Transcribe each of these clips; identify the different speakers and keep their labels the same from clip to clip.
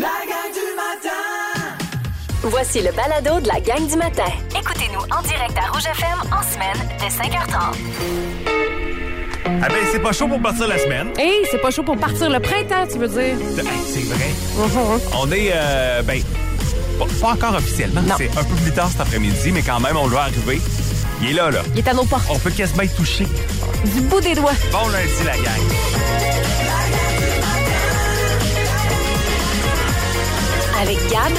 Speaker 1: La gang du matin!
Speaker 2: Voici le balado de la gang du matin.
Speaker 3: Écoutez-nous en direct à Rouge FM en semaine dès 5h30.
Speaker 4: Ah ben, c'est pas chaud pour partir la semaine.
Speaker 5: Hey, c'est pas chaud pour partir le printemps, tu veux dire? Mm-hmm.
Speaker 4: Hey, c'est vrai. On est, euh, ben, pas, pas encore officiellement.
Speaker 5: Non.
Speaker 4: C'est un peu plus tard cet après-midi, mais quand même, on le va arriver. Il est là, là.
Speaker 5: Il est à nos portes,
Speaker 4: On peut quasiment y toucher.
Speaker 5: du bout des doigts.
Speaker 4: Bon lundi, la gang.
Speaker 2: Avec Gab,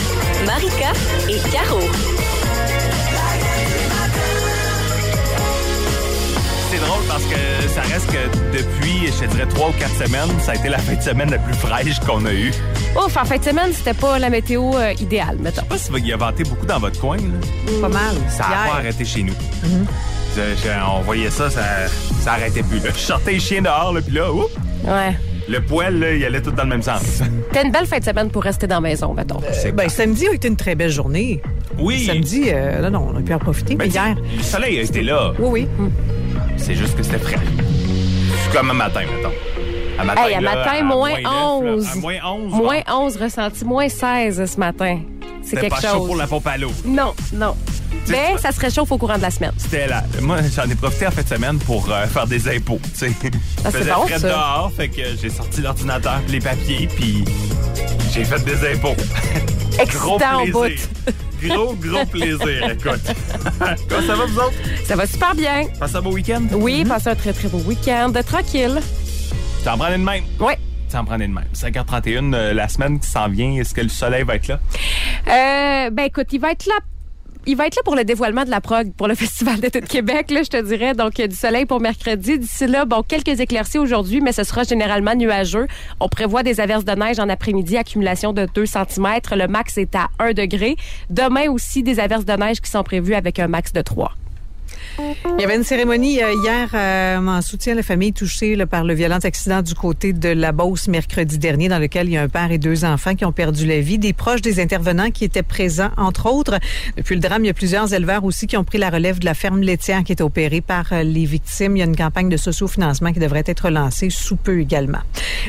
Speaker 2: Marika et Caro.
Speaker 4: C'est drôle parce que ça reste que depuis, je te dirais, trois ou quatre semaines, ça a été la fin de semaine la plus fraîche qu'on a eue. Je
Speaker 5: Ouf, en fin de semaine, c'était pas la météo euh, idéale, mettons.
Speaker 4: sais pas si il y a vanté beaucoup dans votre coin, là.
Speaker 6: Pas mal.
Speaker 4: Ça a pas arrêté chez nous.
Speaker 5: Mm-hmm.
Speaker 4: Je- je- on voyait ça, ça, ça arrêtait plus. là. Je sortais les chiens dehors, là, puis là, oups,
Speaker 5: Ouais.
Speaker 4: le poêle, là, il allait tout dans le même sens.
Speaker 5: C'était une belle fin de semaine pour rester dans la maison, mettons.
Speaker 4: C'est
Speaker 6: Ben, samedi a été une très belle journée.
Speaker 4: Oui.
Speaker 6: Samedi, euh, là, non, on a pu en profiter,
Speaker 4: Ben,
Speaker 6: mais hier.
Speaker 4: Le soleil était là.
Speaker 6: Oui, oui.
Speaker 4: C'est juste que c'était frais. C'est comme un matin, mettons. À matin,
Speaker 5: Hey, à
Speaker 4: là,
Speaker 5: matin,
Speaker 4: à
Speaker 5: moins
Speaker 4: neuf, là.
Speaker 5: 11.
Speaker 4: À moins 11.
Speaker 5: Moins
Speaker 4: bon,
Speaker 5: 11 ressenti, moins 16 ce matin. C'est
Speaker 4: C'était
Speaker 5: quelque
Speaker 4: pas chaud
Speaker 5: chose.
Speaker 4: pour la pompe à l'eau.
Speaker 5: Non, non.
Speaker 4: Tu-
Speaker 5: Mais ça se réchauffe au courant de la semaine.
Speaker 4: C'était là. Moi, j'en ai profité en fin de semaine pour euh, faire des impôts. tu sais.
Speaker 5: Ah,
Speaker 4: Je
Speaker 5: c'est
Speaker 4: faisais
Speaker 5: bon,
Speaker 4: frais
Speaker 5: ça.
Speaker 4: dehors, fait que j'ai sorti l'ordinateur, les papiers, puis j'ai fait des impôts. gros
Speaker 5: Excitant au bout.
Speaker 4: plaisir. Gros, gros plaisir, écoute. Comment ça va, vous autres?
Speaker 5: Ça va super bien.
Speaker 4: Passez un beau week-end?
Speaker 5: Oui, passez un très, très beau week-end. Tranquille.
Speaker 4: T'en prenais de même?
Speaker 5: Ouais.
Speaker 4: T'en prenais de même. 5h31, euh, la semaine qui s'en vient, est-ce que le soleil va être là?
Speaker 5: Euh, ben écoute, il va être là. Il va être là pour le dévoilement de la prog pour le Festival d'été de Québec, là, je te dirais. Donc, il y a du soleil pour mercredi. D'ici là, bon, quelques éclaircies aujourd'hui, mais ce sera généralement nuageux. On prévoit des averses de neige en après-midi, accumulation de 2 cm. Le max est à 1 degré. Demain aussi, des averses de neige qui sont prévues avec un max de 3.
Speaker 6: Il y avait une cérémonie euh, hier euh, en soutien à la famille touchée là, par le violent accident du côté de la Beauce mercredi dernier, dans lequel il y a un père et deux enfants qui ont perdu la vie. Des proches des intervenants qui étaient présents, entre autres. Depuis le drame, il y a plusieurs éleveurs aussi qui ont pris la relève de la ferme laitière qui est opérée par euh, les victimes. Il y a une campagne de sociofinancement qui devrait être lancée sous peu également.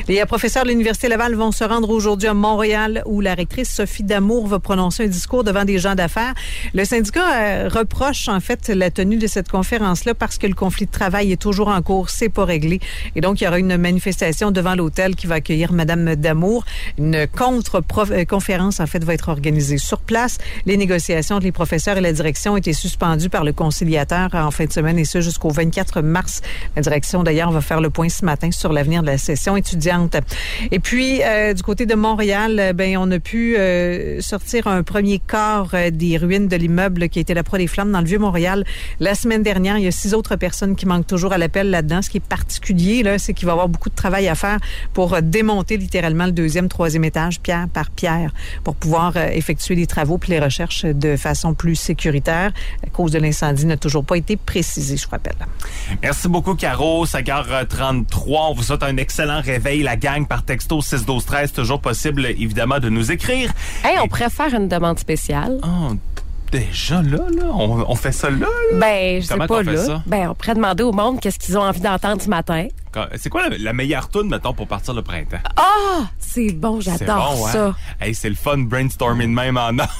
Speaker 6: Les euh, professeurs de l'Université Laval vont se rendre aujourd'hui à Montréal où la rectrice Sophie Damour va prononcer un discours devant des gens d'affaires. Le syndicat euh, reproche en fait la tenue de cette conférence-là parce que le conflit de travail est toujours en cours, c'est pas réglé. Et donc, il y aura une manifestation devant l'hôtel qui va accueillir Madame Damour. Une contre-conférence en fait va être organisée sur place. Les négociations entre les professeurs et la direction ont été suspendues par le conciliateur euh, en fin de semaine et ce jusqu'au 24 mars. La direction d'ailleurs va faire le point ce matin sur l'avenir de la session étudiante. Et puis euh, du côté de Montréal, euh, ben on a pu euh, sortir un premier corps euh, des ruines de l'immeuble qui était la proie des flammes dans le vieux Montréal la semaine dernière. Il y a six autres personnes qui manquent toujours à l'appel là-dedans. Ce qui est particulier là, c'est qu'il va y avoir beaucoup de travail à faire pour euh, démonter littéralement le deuxième, troisième étage pierre par pierre pour pouvoir euh, effectuer les travaux puis les recherches de façon plus sécuritaire. La cause de l'incendie n'a toujours pas été précisée, je vous rappelle.
Speaker 4: Merci beaucoup, Caro. 5h33. On vous souhaite un excellent réveil, la gang, par texto 6 12 13 Toujours possible, évidemment, de nous écrire.
Speaker 5: Hey, on pourrait faire une demande spéciale.
Speaker 4: Oh, déjà là, là? On, on fait ça là, là?
Speaker 5: Ben, je sais
Speaker 4: Comment
Speaker 5: pas
Speaker 4: qu'on fait
Speaker 5: là.
Speaker 4: ça?
Speaker 5: Ben, on pourrait demander au monde qu'est-ce qu'ils ont envie d'entendre ce matin.
Speaker 4: Quand- C'est quoi la, la meilleure tune, mettons, pour partir le printemps?
Speaker 5: Ah, c'est bon,
Speaker 4: C'est
Speaker 5: j'adore
Speaker 4: bon, hein?
Speaker 5: ça.
Speaker 4: Hey, c'est le fun brainstorming de même en or.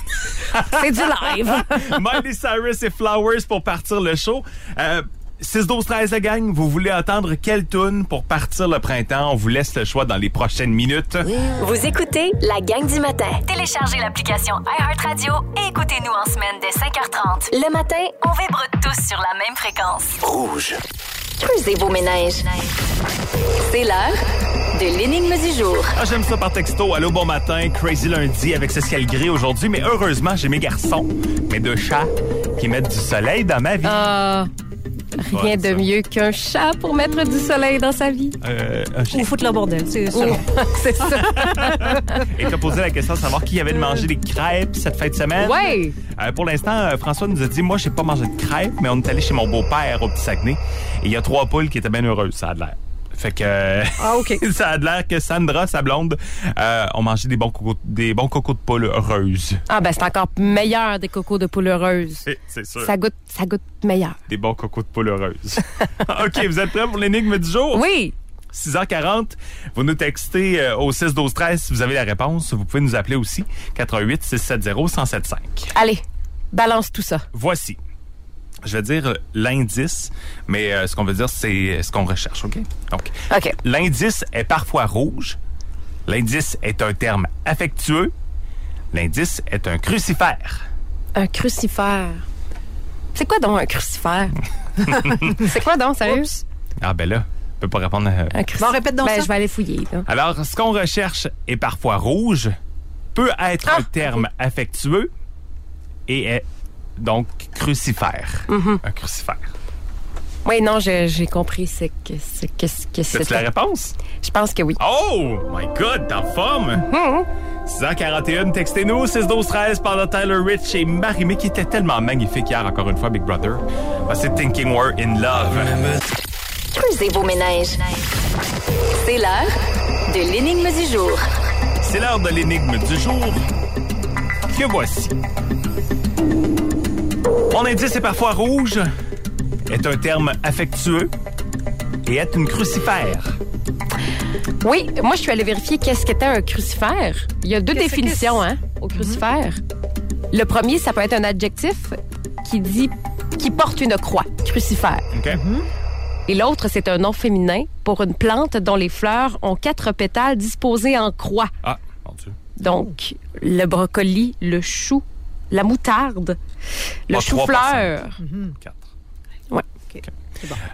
Speaker 5: C'est du live.
Speaker 4: Miley Cyrus et Flowers pour partir le show. Euh, 6-12-13, la gang, vous voulez entendre quelle tune pour partir le printemps? On vous laisse le choix dans les prochaines minutes.
Speaker 2: Vous écoutez la gang du matin.
Speaker 3: Téléchargez l'application iHeartRadio et écoutez-nous en semaine dès 5h30.
Speaker 2: Le matin,
Speaker 3: On vibre tous sur la même fréquence.
Speaker 2: creusez vos ménages. C'est l'heure de l'énigme du jour.
Speaker 4: Ah, j'aime ça par texto. Allô, bon matin. Crazy lundi avec ce ciel gris aujourd'hui. Mais heureusement, j'ai mes garçons, mes deux chats, qui mettent du soleil dans ma vie.
Speaker 5: Ah, rien
Speaker 4: Ouais,
Speaker 5: de
Speaker 4: ça.
Speaker 5: mieux qu'un chat pour mettre du soleil dans sa vie.
Speaker 4: Euh, un chien.
Speaker 6: Ou foutre le bordel, c'est ça.
Speaker 5: C'est ça.
Speaker 4: Et t'as posé la question de savoir qui avait mangé des crêpes cette fin de semaine.
Speaker 5: Ouais.
Speaker 4: Euh, pour l'instant, euh, François nous a dit Moi, j'ai pas mangé de crêpes, mais on est allé chez mon beau-père au Petit Saguenay. Et il y a trois poules qui étaient bien heureuses, ça a de l'air. Fait que. euh,
Speaker 6: Ah, OK.
Speaker 4: ça a de l'air que Sandra, sa blonde, euh, ont mangé des bons cocos, des bons cocos de poules heureuses.
Speaker 5: Ah ben c'est encore meilleur des cocos de poule heureuse.
Speaker 4: Eh, C'est sûr.
Speaker 5: Ça goûte, ça goûte meilleur.
Speaker 4: Des bons cocos de poules heureuses. OK, vous êtes prêts pour l'énigme du jour?
Speaker 5: Oui.
Speaker 4: 6h40. Vous nous textez euh, au 6 12 13 si vous avez la réponse. Vous pouvez nous appeler aussi 88 670 1075.
Speaker 5: Allez, balance tout ça.
Speaker 4: Voici. Je vais dire euh, l'indice, mais euh, ce qu'on veut dire, c'est ce qu'on recherche, OK? Donc,
Speaker 5: OK.
Speaker 4: L'indice est parfois rouge. L'indice est un terme affectueux. L'indice est un crucifère.
Speaker 5: Un crucifère. C'est quoi donc un crucifère? c'est quoi donc, sérieux?
Speaker 4: Ah ben là, je peux pas répondre. à-
Speaker 5: Un crucifère.
Speaker 6: Bon, répète donc
Speaker 5: ben,
Speaker 6: ça.
Speaker 5: je vais aller fouiller. là.
Speaker 4: Alors, ce qu'on recherche est parfois rouge, peut être
Speaker 5: Ah!
Speaker 4: un terme affectueux et est donc crucifère. Un crucifère.
Speaker 5: Oui, non, je- j'ai compris. C'est que c'est que- que
Speaker 4: C'est la
Speaker 5: c'était.
Speaker 4: réponse?
Speaker 5: Je pense que oui.
Speaker 4: Oh my god, t'es en forme! 6h41, textez-nous au 6-12-13 pendant Tyler Rich et Marimé qui était tellement magnifique hier, encore une fois, Big Brother. Ah, C'est Thinking We're in Love.
Speaker 2: Creusez vos ménages. C'est l'heure de l'énigme du jour.
Speaker 4: C'est l'heure de l'énigme du jour que voici. Mon indice est parfois rouge, est un terme affectueux et est une crucifère.
Speaker 5: Oui, moi, je suis allée vérifier qu'est-ce qu'était un crucifère. Il y a deux
Speaker 6: Qu'est-ce que
Speaker 5: définitions
Speaker 6: c'est? Mm-hmm.
Speaker 5: hein, au crucifère. Le premier, ça peut être un adjectif qui dit qui porte une croix, crucifère.
Speaker 4: OK?
Speaker 5: Et l'autre, c'est un nom féminin pour une plante dont les fleurs ont quatre pétales disposés en croix.
Speaker 4: Ah, mon Dieu.
Speaker 5: Donc, le brocoli, le chou, la moutarde, le
Speaker 4: Pas trois
Speaker 5: chou-fleur.
Speaker 4: Quatre.
Speaker 5: Ouais.
Speaker 4: OK.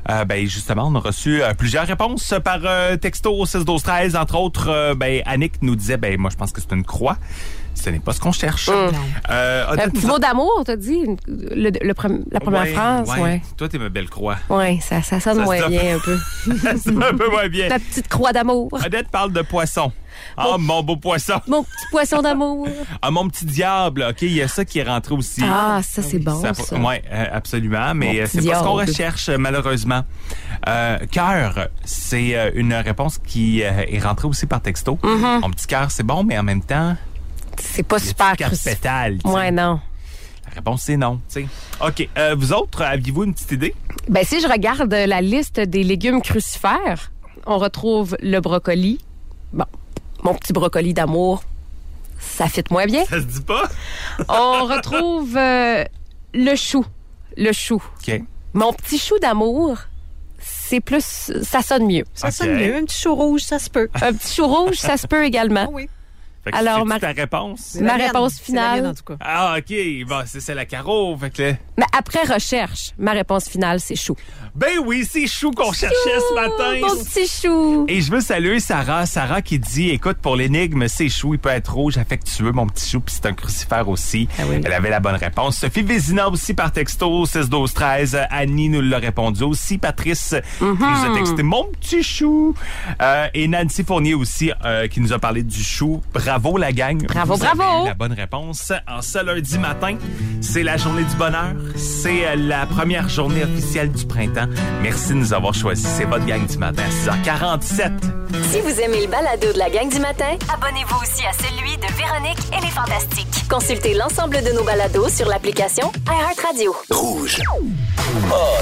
Speaker 4: Euh, ben justement, on a reçu euh, plusieurs réponses par euh, texto au 6 12 13 entre autres euh, ben Annick nous disait ben moi je pense que c'est une croix. Ce n'est pas ce qu'on cherche.
Speaker 5: Mm.
Speaker 4: Euh, Odette
Speaker 5: Un petit
Speaker 4: nous a-
Speaker 5: mot d'amour, t'as dit, une- le- le prem- la première
Speaker 4: Ouais,
Speaker 5: phrase,
Speaker 4: ouais.
Speaker 5: ouais.
Speaker 4: Toi t'es ma belle croix.
Speaker 5: Ouais, ça, ça sonne
Speaker 4: Ça
Speaker 5: moins
Speaker 4: se
Speaker 5: bien un peu.
Speaker 4: c'est un peu moins bien.
Speaker 5: La petite croix d'amour.
Speaker 4: Odette parle de poisson. Ah, mon beau poisson.
Speaker 5: Mon petit poisson d'amour.
Speaker 4: Ah, mon petit diable. OK, il y a ça qui est rentré aussi.
Speaker 5: Ah, ça, c'est bon, ça.
Speaker 4: Oui, absolument, mais
Speaker 5: Mon
Speaker 4: euh, c'est
Speaker 5: petit
Speaker 4: pas ce qu'on
Speaker 5: diable.
Speaker 4: recherche, euh, malheureusement. Euh, cœur, c'est euh, une réponse qui euh, est rentrée aussi par texto. Mon petit cœur, c'est bon, mais en même temps,
Speaker 5: C'est pas
Speaker 4: il y
Speaker 5: Mm-hmm.
Speaker 4: a
Speaker 5: super
Speaker 4: quatre
Speaker 5: crucifère.
Speaker 4: pétales. tu sais.
Speaker 5: Ouais, non.
Speaker 4: La réponse, c'est non. tu sais. OK, euh, vous autres, aviez-vous une petite idée?
Speaker 5: Ben, si je regarde la liste des légumes crucifères, on retrouve le brocoli. Bon, mon petit brocoli d'amour, ça fit moins bien.
Speaker 4: Ça se dit pas?
Speaker 5: On retrouve euh, le chou. Le chou.
Speaker 4: OK.
Speaker 5: Mon petit chou d'amour, c'est plus. Ça sonne mieux.
Speaker 6: Ça
Speaker 4: Ok.
Speaker 6: sonne mieux. Un petit chou rouge, ça se peut.
Speaker 5: Un petit chou rouge, ça se peut également.
Speaker 6: Ah oui.
Speaker 4: Fait que
Speaker 5: Alors,
Speaker 4: c'est-tu
Speaker 5: Mar-
Speaker 4: ta réponse?
Speaker 6: C'est la
Speaker 5: Ma
Speaker 6: mienne.
Speaker 5: réponse
Speaker 6: C'est la mienne,
Speaker 5: finale.
Speaker 6: en tout cas.
Speaker 4: Ah, OK. Bon, c'est c'est la carreau. Fait que... le-
Speaker 5: Mais après recherche, ma réponse finale, c'est chou.
Speaker 4: Ben oui, c'est chou qu'on cherchait ce
Speaker 5: Oh,
Speaker 4: matin.
Speaker 5: Mon petit chou.
Speaker 4: Et je veux saluer Sarah. Sarah qui dit, écoute, pour l'énigme, c'est chou, il peut être rouge, affectueux, mon petit chou, puis c'est un crucifère aussi. Elle avait la bonne réponse. Sophie Vézina aussi par texto, 6 12 13 Annie nous l'a répondu aussi. Patrice qui nous a texté, mon petit chou. Euh, et Nancy Fournier aussi euh, qui nous a parlé du chou. Bravo la gang.
Speaker 5: Bravo,
Speaker 4: Vous avez
Speaker 5: bravo.
Speaker 4: eu la bonne réponse. En ce lundi matin, c'est la journée du bonheur. C'est euh, la première journée officielle du printemps. Merci de nous avoir choisis. C'est votre gang du matin à 6h47.
Speaker 2: Si vous aimez le balado de la gang du matin,
Speaker 3: Abonnez-vous aussi à celui de Véronique et les Fantastiques.
Speaker 2: consultez l'ensemble de nos balados sur l'application iHeartRadio.
Speaker 7: Oh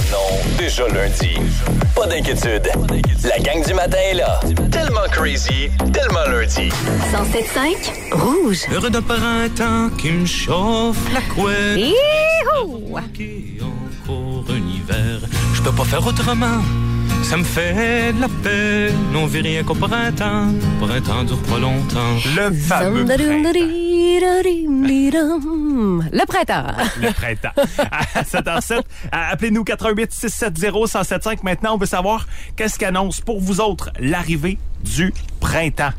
Speaker 7: non, déjà lundi. Pas d'inquiétude. La gang du matin est là. Tellement crazy, tellement lundi.
Speaker 2: 107.5 Rouge.
Speaker 8: Heureux de printemps qui me chauffe la
Speaker 5: Euh,
Speaker 8: couette.
Speaker 5: Ihou!
Speaker 8: Qui encore un hiver. Je peux pas faire autrement. Ça me fait de la peine. On vit rien qu'au printemps. Printemps dure pas longtemps.
Speaker 4: Le fameux printemps.
Speaker 5: Le printemps.
Speaker 4: Le printemps. À 7h07, à- appelez-nous 88 670 1075 Maintenant, on veut savoir qu'est-ce qu'annonce pour vous autres l'arrivée du printemps.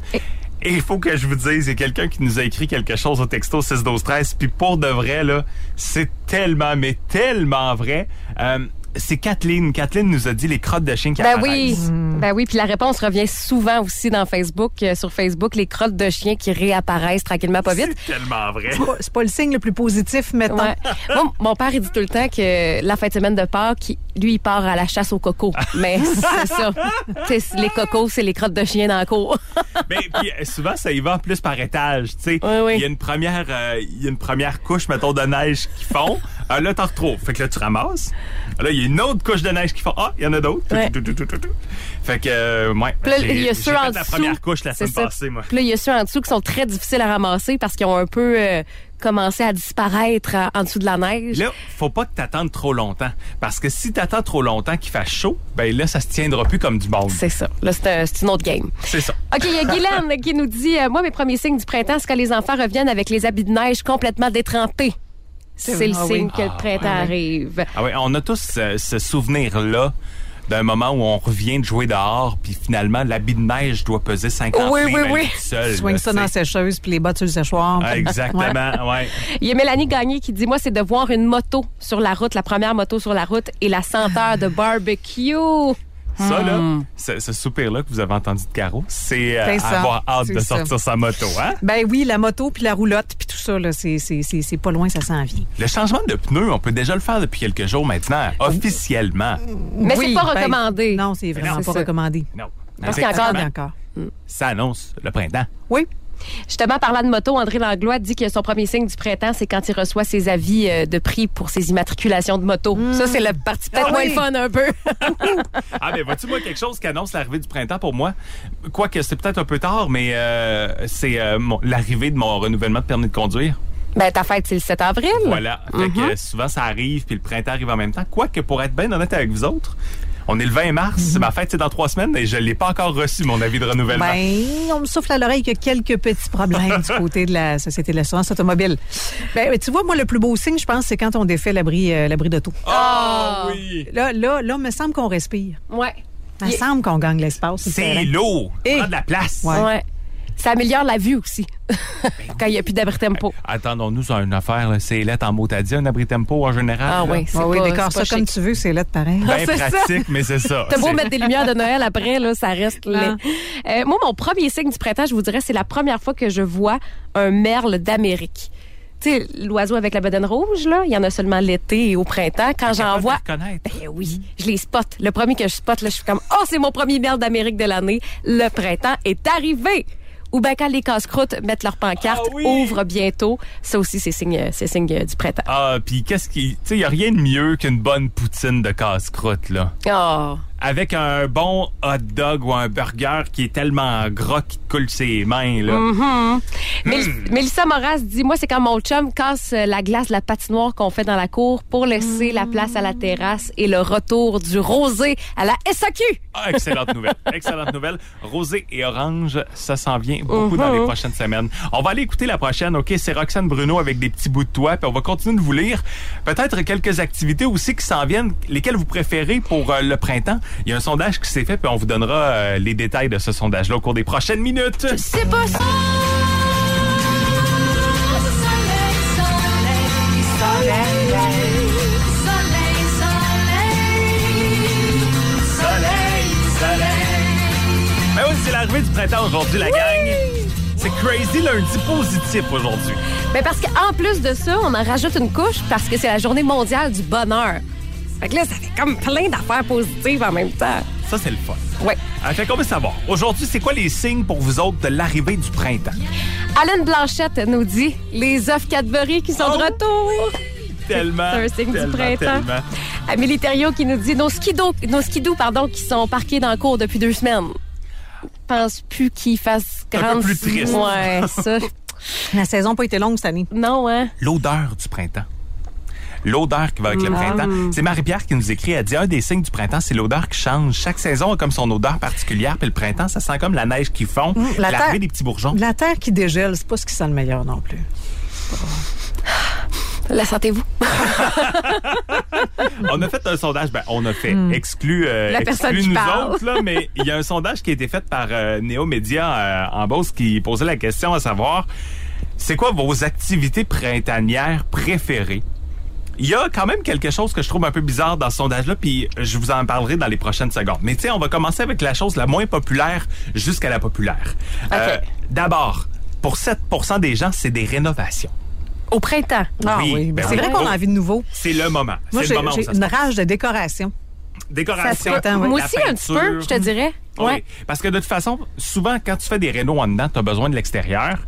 Speaker 4: Et il faut que je vous dise, il y a quelqu'un qui nous a écrit quelque chose au texto 6 12 13 puis pour de vrai, là, c'est tellement, mais tellement vrai. Euh, c'est Kathleen. Kathleen nous a dit les crottes de chien qui
Speaker 5: Ben oui,
Speaker 4: apparaissent.
Speaker 5: ben oui, puis la réponse revient souvent aussi dans Facebook, euh, sur Facebook, les crottes de chiens qui réapparaissent tranquillement pas vite.
Speaker 4: C'est tellement vrai.
Speaker 6: C'est pas- C'est pas le signe le plus positif maintenant.
Speaker 5: Ouais. Moi, mon père, il dit tout le temps que la fin de semaine de Pâques, il- lui, il part à la chasse aux cocos. Mais c'est ça. Tu sais, les cocos, c'est les crottes de chien dans la cour.
Speaker 4: Mais puis, euh, souvent, ça y va en plus par étage. tu sais.
Speaker 5: Oui, oui.
Speaker 4: Il y a une première, euh, il y a une première couche, mettons, de neige qui fond. Euh, là, t'en retrouves. Fait que là, tu ramasses. Là, il y a une autre couche de neige qui fond. Ah, il y en a d'autres.
Speaker 5: Ouais.
Speaker 4: Tout, tout, tout, tout, tout. Fait que, euh, ouais.
Speaker 5: Puis là,
Speaker 4: J'ai-
Speaker 5: il y a
Speaker 4: j'ai
Speaker 5: ceux
Speaker 4: fait
Speaker 5: en dessous.
Speaker 4: la première couche la
Speaker 5: C'est
Speaker 4: semaine
Speaker 5: ça.
Speaker 4: passée, moi.
Speaker 5: Puis là, il y a ceux en dessous qui sont très difficiles à ramasser parce qu'ils ont un peu euh, commencé à disparaître euh, en dessous de la neige.
Speaker 4: Là, faut pas que t'attendes trop longtemps. Parce que si t'attends trop longtemps qu'il fasse chaud, ben là, ça se tiendra plus comme du monde.
Speaker 5: C'est ça. Là, c'est un- c'est une autre game.
Speaker 4: C'est ça.
Speaker 5: OK, il y a Guylaine qui nous dit euh, Moi, mes premiers signes du printemps, c'est quand les enfants reviennent avec les habits de neige complètement détrempés. C'est le
Speaker 6: Ah oui.
Speaker 5: signe que le printemps arrive.
Speaker 4: Ah oui, on a tous euh, ce souvenir-là d'un moment où on revient de jouer dehors, puis finalement, l'habit de neige doit peser 50
Speaker 5: Oui, oui,
Speaker 4: livres à
Speaker 5: oui.
Speaker 4: lui tout seul.
Speaker 6: Soigne
Speaker 4: là,
Speaker 6: ça
Speaker 4: tu
Speaker 6: dans la
Speaker 4: sais.
Speaker 6: sécheuse, puis les bottes sur le séchoir.
Speaker 4: Ah, Exactement, ouais.
Speaker 5: Il y a Mélanie Gagné qui dit Moi, c'est de voir une moto sur la route, la première moto sur la route et la senteur de barbecue.
Speaker 4: Ça, là, ce, ce soupir-là que vous avez entendu de Caro, c'est euh,
Speaker 6: C'est ça,
Speaker 4: avoir hâte
Speaker 6: c'est
Speaker 4: de
Speaker 6: ça.
Speaker 4: sortir sa moto, hein?
Speaker 6: Ben oui, la moto, puis la roulotte, puis tout ça, là, c'est- c'est c'est- c'est pas loin, ça s'en vient.
Speaker 4: Le changement de pneus, on peut déjà le faire depuis quelques jours maintenant, officiellement.
Speaker 5: Mais c'est pas
Speaker 6: ben,
Speaker 5: recommandé.
Speaker 6: non, c'est vraiment
Speaker 5: non,
Speaker 6: pas
Speaker 5: c'est ça.
Speaker 6: recommandé.
Speaker 4: Non.
Speaker 5: Parce qu'il y a encore-
Speaker 6: Attendez
Speaker 4: Effectivement,
Speaker 6: encore.
Speaker 4: Ça annonce le printemps.
Speaker 6: Oui,
Speaker 5: Justement, parlant de moto, André Langlois dit que son premier signe du printemps, c'est quand il reçoit ses avis euh, de prix pour ses immatriculations de moto. Ça, c'est la partie peut-être
Speaker 6: Ah
Speaker 5: moins
Speaker 6: oui.
Speaker 5: fun un peu.
Speaker 4: Ah, mais vois-tu, moi, quelque chose qui annonce l'arrivée du printemps pour moi? Quoique, c'est peut-être un peu tard, mais euh, c'est euh, mon- l'arrivée de mon renouvellement de permis de conduire.
Speaker 5: ben, ta fête, c'est le 7 avril.
Speaker 4: Voilà. Fait que
Speaker 5: Mm-hmm.
Speaker 4: euh, souvent, ça arrive, puis le printemps arrive en même temps. Quoique, pour être bien honnête avec vous autres, on est le 20 mars,
Speaker 5: Mm-hmm.
Speaker 4: ma fête, c'est dans trois semaines, et je l'ai pas encore reçu, mon avis de renouvellement.
Speaker 6: ben, on me souffle à l'oreille qu'il y a quelques petits problèmes du côté de la Société de l'assurance automobile. Ben, tu vois, moi, le plus beau signe, je pense, c'est quand on défait l'abri euh, l'abri d'auto.
Speaker 5: oh!
Speaker 4: Ah oui!
Speaker 6: Là, là, là, me semble qu'on respire.
Speaker 5: Ouais.
Speaker 6: Il me semble qu'on gagne l'espace. sur le terrain.
Speaker 4: C'est lourd!
Speaker 6: Et-
Speaker 4: Prends de la place!
Speaker 6: Ouais. Ben
Speaker 5: Ouais. Ça améliore la vue aussi. Quand il n'y a plus d'abri tempo.
Speaker 4: Attendons-nous à une affaire, là. c'est lettre en mot à dire, un abri tempo en général.
Speaker 5: Ah
Speaker 4: là.
Speaker 5: oui, c'est
Speaker 6: Ouais, oui,
Speaker 5: pas,
Speaker 6: décore
Speaker 5: c'est pas
Speaker 6: ça comme
Speaker 5: chic.
Speaker 6: tu veux, c'est là de pareil.
Speaker 4: Ben
Speaker 5: C'est ça.
Speaker 4: pratique, mais c'est ça.
Speaker 5: T'as beau
Speaker 4: C'est-
Speaker 5: mettre des lumières de Noël après, là, ça reste laid. Euh, moi, mon premier signe du printemps, je vous dirais, c'est la première fois que je vois un merle d'Amérique. Tu sais, l'oiseau avec la bedaine rouge, là, il y en a seulement l'été et au printemps. Quand j'en
Speaker 4: Capable de
Speaker 5: vois,
Speaker 4: reconnaître.
Speaker 5: Eh oui, je les spot. Le premier que je spot, là, je suis comme « Oh, c'est mon premier merle d'Amérique de l'année. Le printemps est arrivé! » Ou bien quand les casse-croûtes mettent leurs pancartes,
Speaker 4: Ah oui!
Speaker 5: ouvre bientôt. Ça aussi, c'est signe, c'est signe euh, du printemps.
Speaker 4: Ah, puis qu'est-ce qui. Tu sais, y a rien de mieux qu'une bonne poutine de casse-croûte, là.
Speaker 5: Oh,
Speaker 4: Avec un bon hot dog ou un burger qui est tellement gras qu'il te coule ses mains, là.
Speaker 5: Mél- Mélissa Moras dit Moi, c'est quand mon chum casse euh, la glace de la patinoire qu'on fait dans la cour pour laisser la place à la terrasse et le retour du rosé à la SAQ.
Speaker 4: Ah, excellente nouvelle. Excellente nouvelle. Rosé et orange, ça s'en vient beaucoup dans les prochaines semaines. On va aller écouter la prochaine, OK? C'est Roxane Bruno avec des petits bouts de toit, puis on va continuer de vous lire peut-être quelques activités aussi qui s'en viennent, lesquelles vous préférez pour euh, le printemps. Il y a un sondage qui s'est fait, puis on vous donnera euh, les détails de ce sondage-là au cours des prochaines minutes.
Speaker 5: C'est pas ça.
Speaker 4: Ben oui, c'est l'arrivée du printemps aujourd'hui, la gang. C'est crazy lundi positif aujourd'hui.
Speaker 5: Mais Ben, parce qu'en plus de ça, on en rajoute une couche parce que c'est la journée mondiale du bonheur. Fait que là, ça fait comme plein d'affaires positives en même temps.
Speaker 4: Ça, c'est le fun.
Speaker 5: Ouais.
Speaker 4: Ah, fait qu'on veut savoir. Aujourd'hui, c'est quoi les signes pour vous autres de l'arrivée du printemps?
Speaker 5: Alan Blanchette nous dit les œufs Cadbury qui sont de
Speaker 4: Oh!
Speaker 5: retour.
Speaker 4: Tellement.
Speaker 5: C'est un signe du
Speaker 4: tellement,
Speaker 5: printemps.
Speaker 4: tellement.
Speaker 5: Amélie Thériault qui nous dit nos skidoo, nos skidoo, pardon, qui sont parqués dans le cours depuis deux semaines. Je pense plus qu'ils fassent
Speaker 4: Un peu
Speaker 5: grande.
Speaker 4: plus triste.
Speaker 5: Ouais, ça.
Speaker 6: La saison n'a pas été longue cette année.
Speaker 5: Non, hein?
Speaker 4: L'odeur du printemps. L'odeur qui va avec le
Speaker 5: Mm.
Speaker 4: printemps. C'est Marie-Pierre qui nous écrit. Elle dit un des signes du printemps, c'est l'odeur qui change. Chaque saison a comme son odeur particulière. Puis le printemps, ça sent comme la neige qui fond,
Speaker 5: Mm,
Speaker 6: la
Speaker 4: l'arrivée
Speaker 6: terre-
Speaker 4: des petits bourgeons.
Speaker 6: La terre qui dégèle, c'est pas ce qui sent le meilleur non plus.
Speaker 5: La sentez-vous?
Speaker 4: On a fait un sondage, ben, on a fait, exclu, euh,
Speaker 5: Hmm. La personne
Speaker 4: exclu
Speaker 5: qui
Speaker 4: nous
Speaker 5: parle.
Speaker 4: autres, là, mais il y a un sondage qui a été fait par euh, Néo Média euh, en Beauce qui posait la question à savoir, c'est quoi vos activités printanières préférées? Il y a quand même quelque chose que je trouve un peu bizarre dans ce sondage-là, puis je vous en parlerai dans les prochaines secondes. Mais tu sais, on va commencer avec la chose la moins populaire jusqu'à la populaire. Euh, D'abord, pour 7 des gens, c'est des rénovations.
Speaker 5: Au printemps.
Speaker 6: Ah
Speaker 4: Oui,
Speaker 6: oui,
Speaker 4: ben
Speaker 6: c'est
Speaker 4: oui.
Speaker 6: vrai qu'on a envie de nouveau.
Speaker 4: C'est le moment.
Speaker 6: Moi,
Speaker 4: c'est
Speaker 6: j'ai
Speaker 4: le moment où
Speaker 6: j'ai
Speaker 4: ça se
Speaker 6: une rage de décoration.
Speaker 5: Ça se
Speaker 4: Décoration.
Speaker 5: peut.
Speaker 6: Attends, ouais.
Speaker 5: Moi
Speaker 4: la
Speaker 5: aussi, un petit peu,
Speaker 4: peinture.
Speaker 5: je te dirais.
Speaker 4: Ah Oui,
Speaker 5: Ouais.
Speaker 4: parce que de toute façon, souvent, quand tu fais des rénaux en dedans, tu as besoin de l'extérieur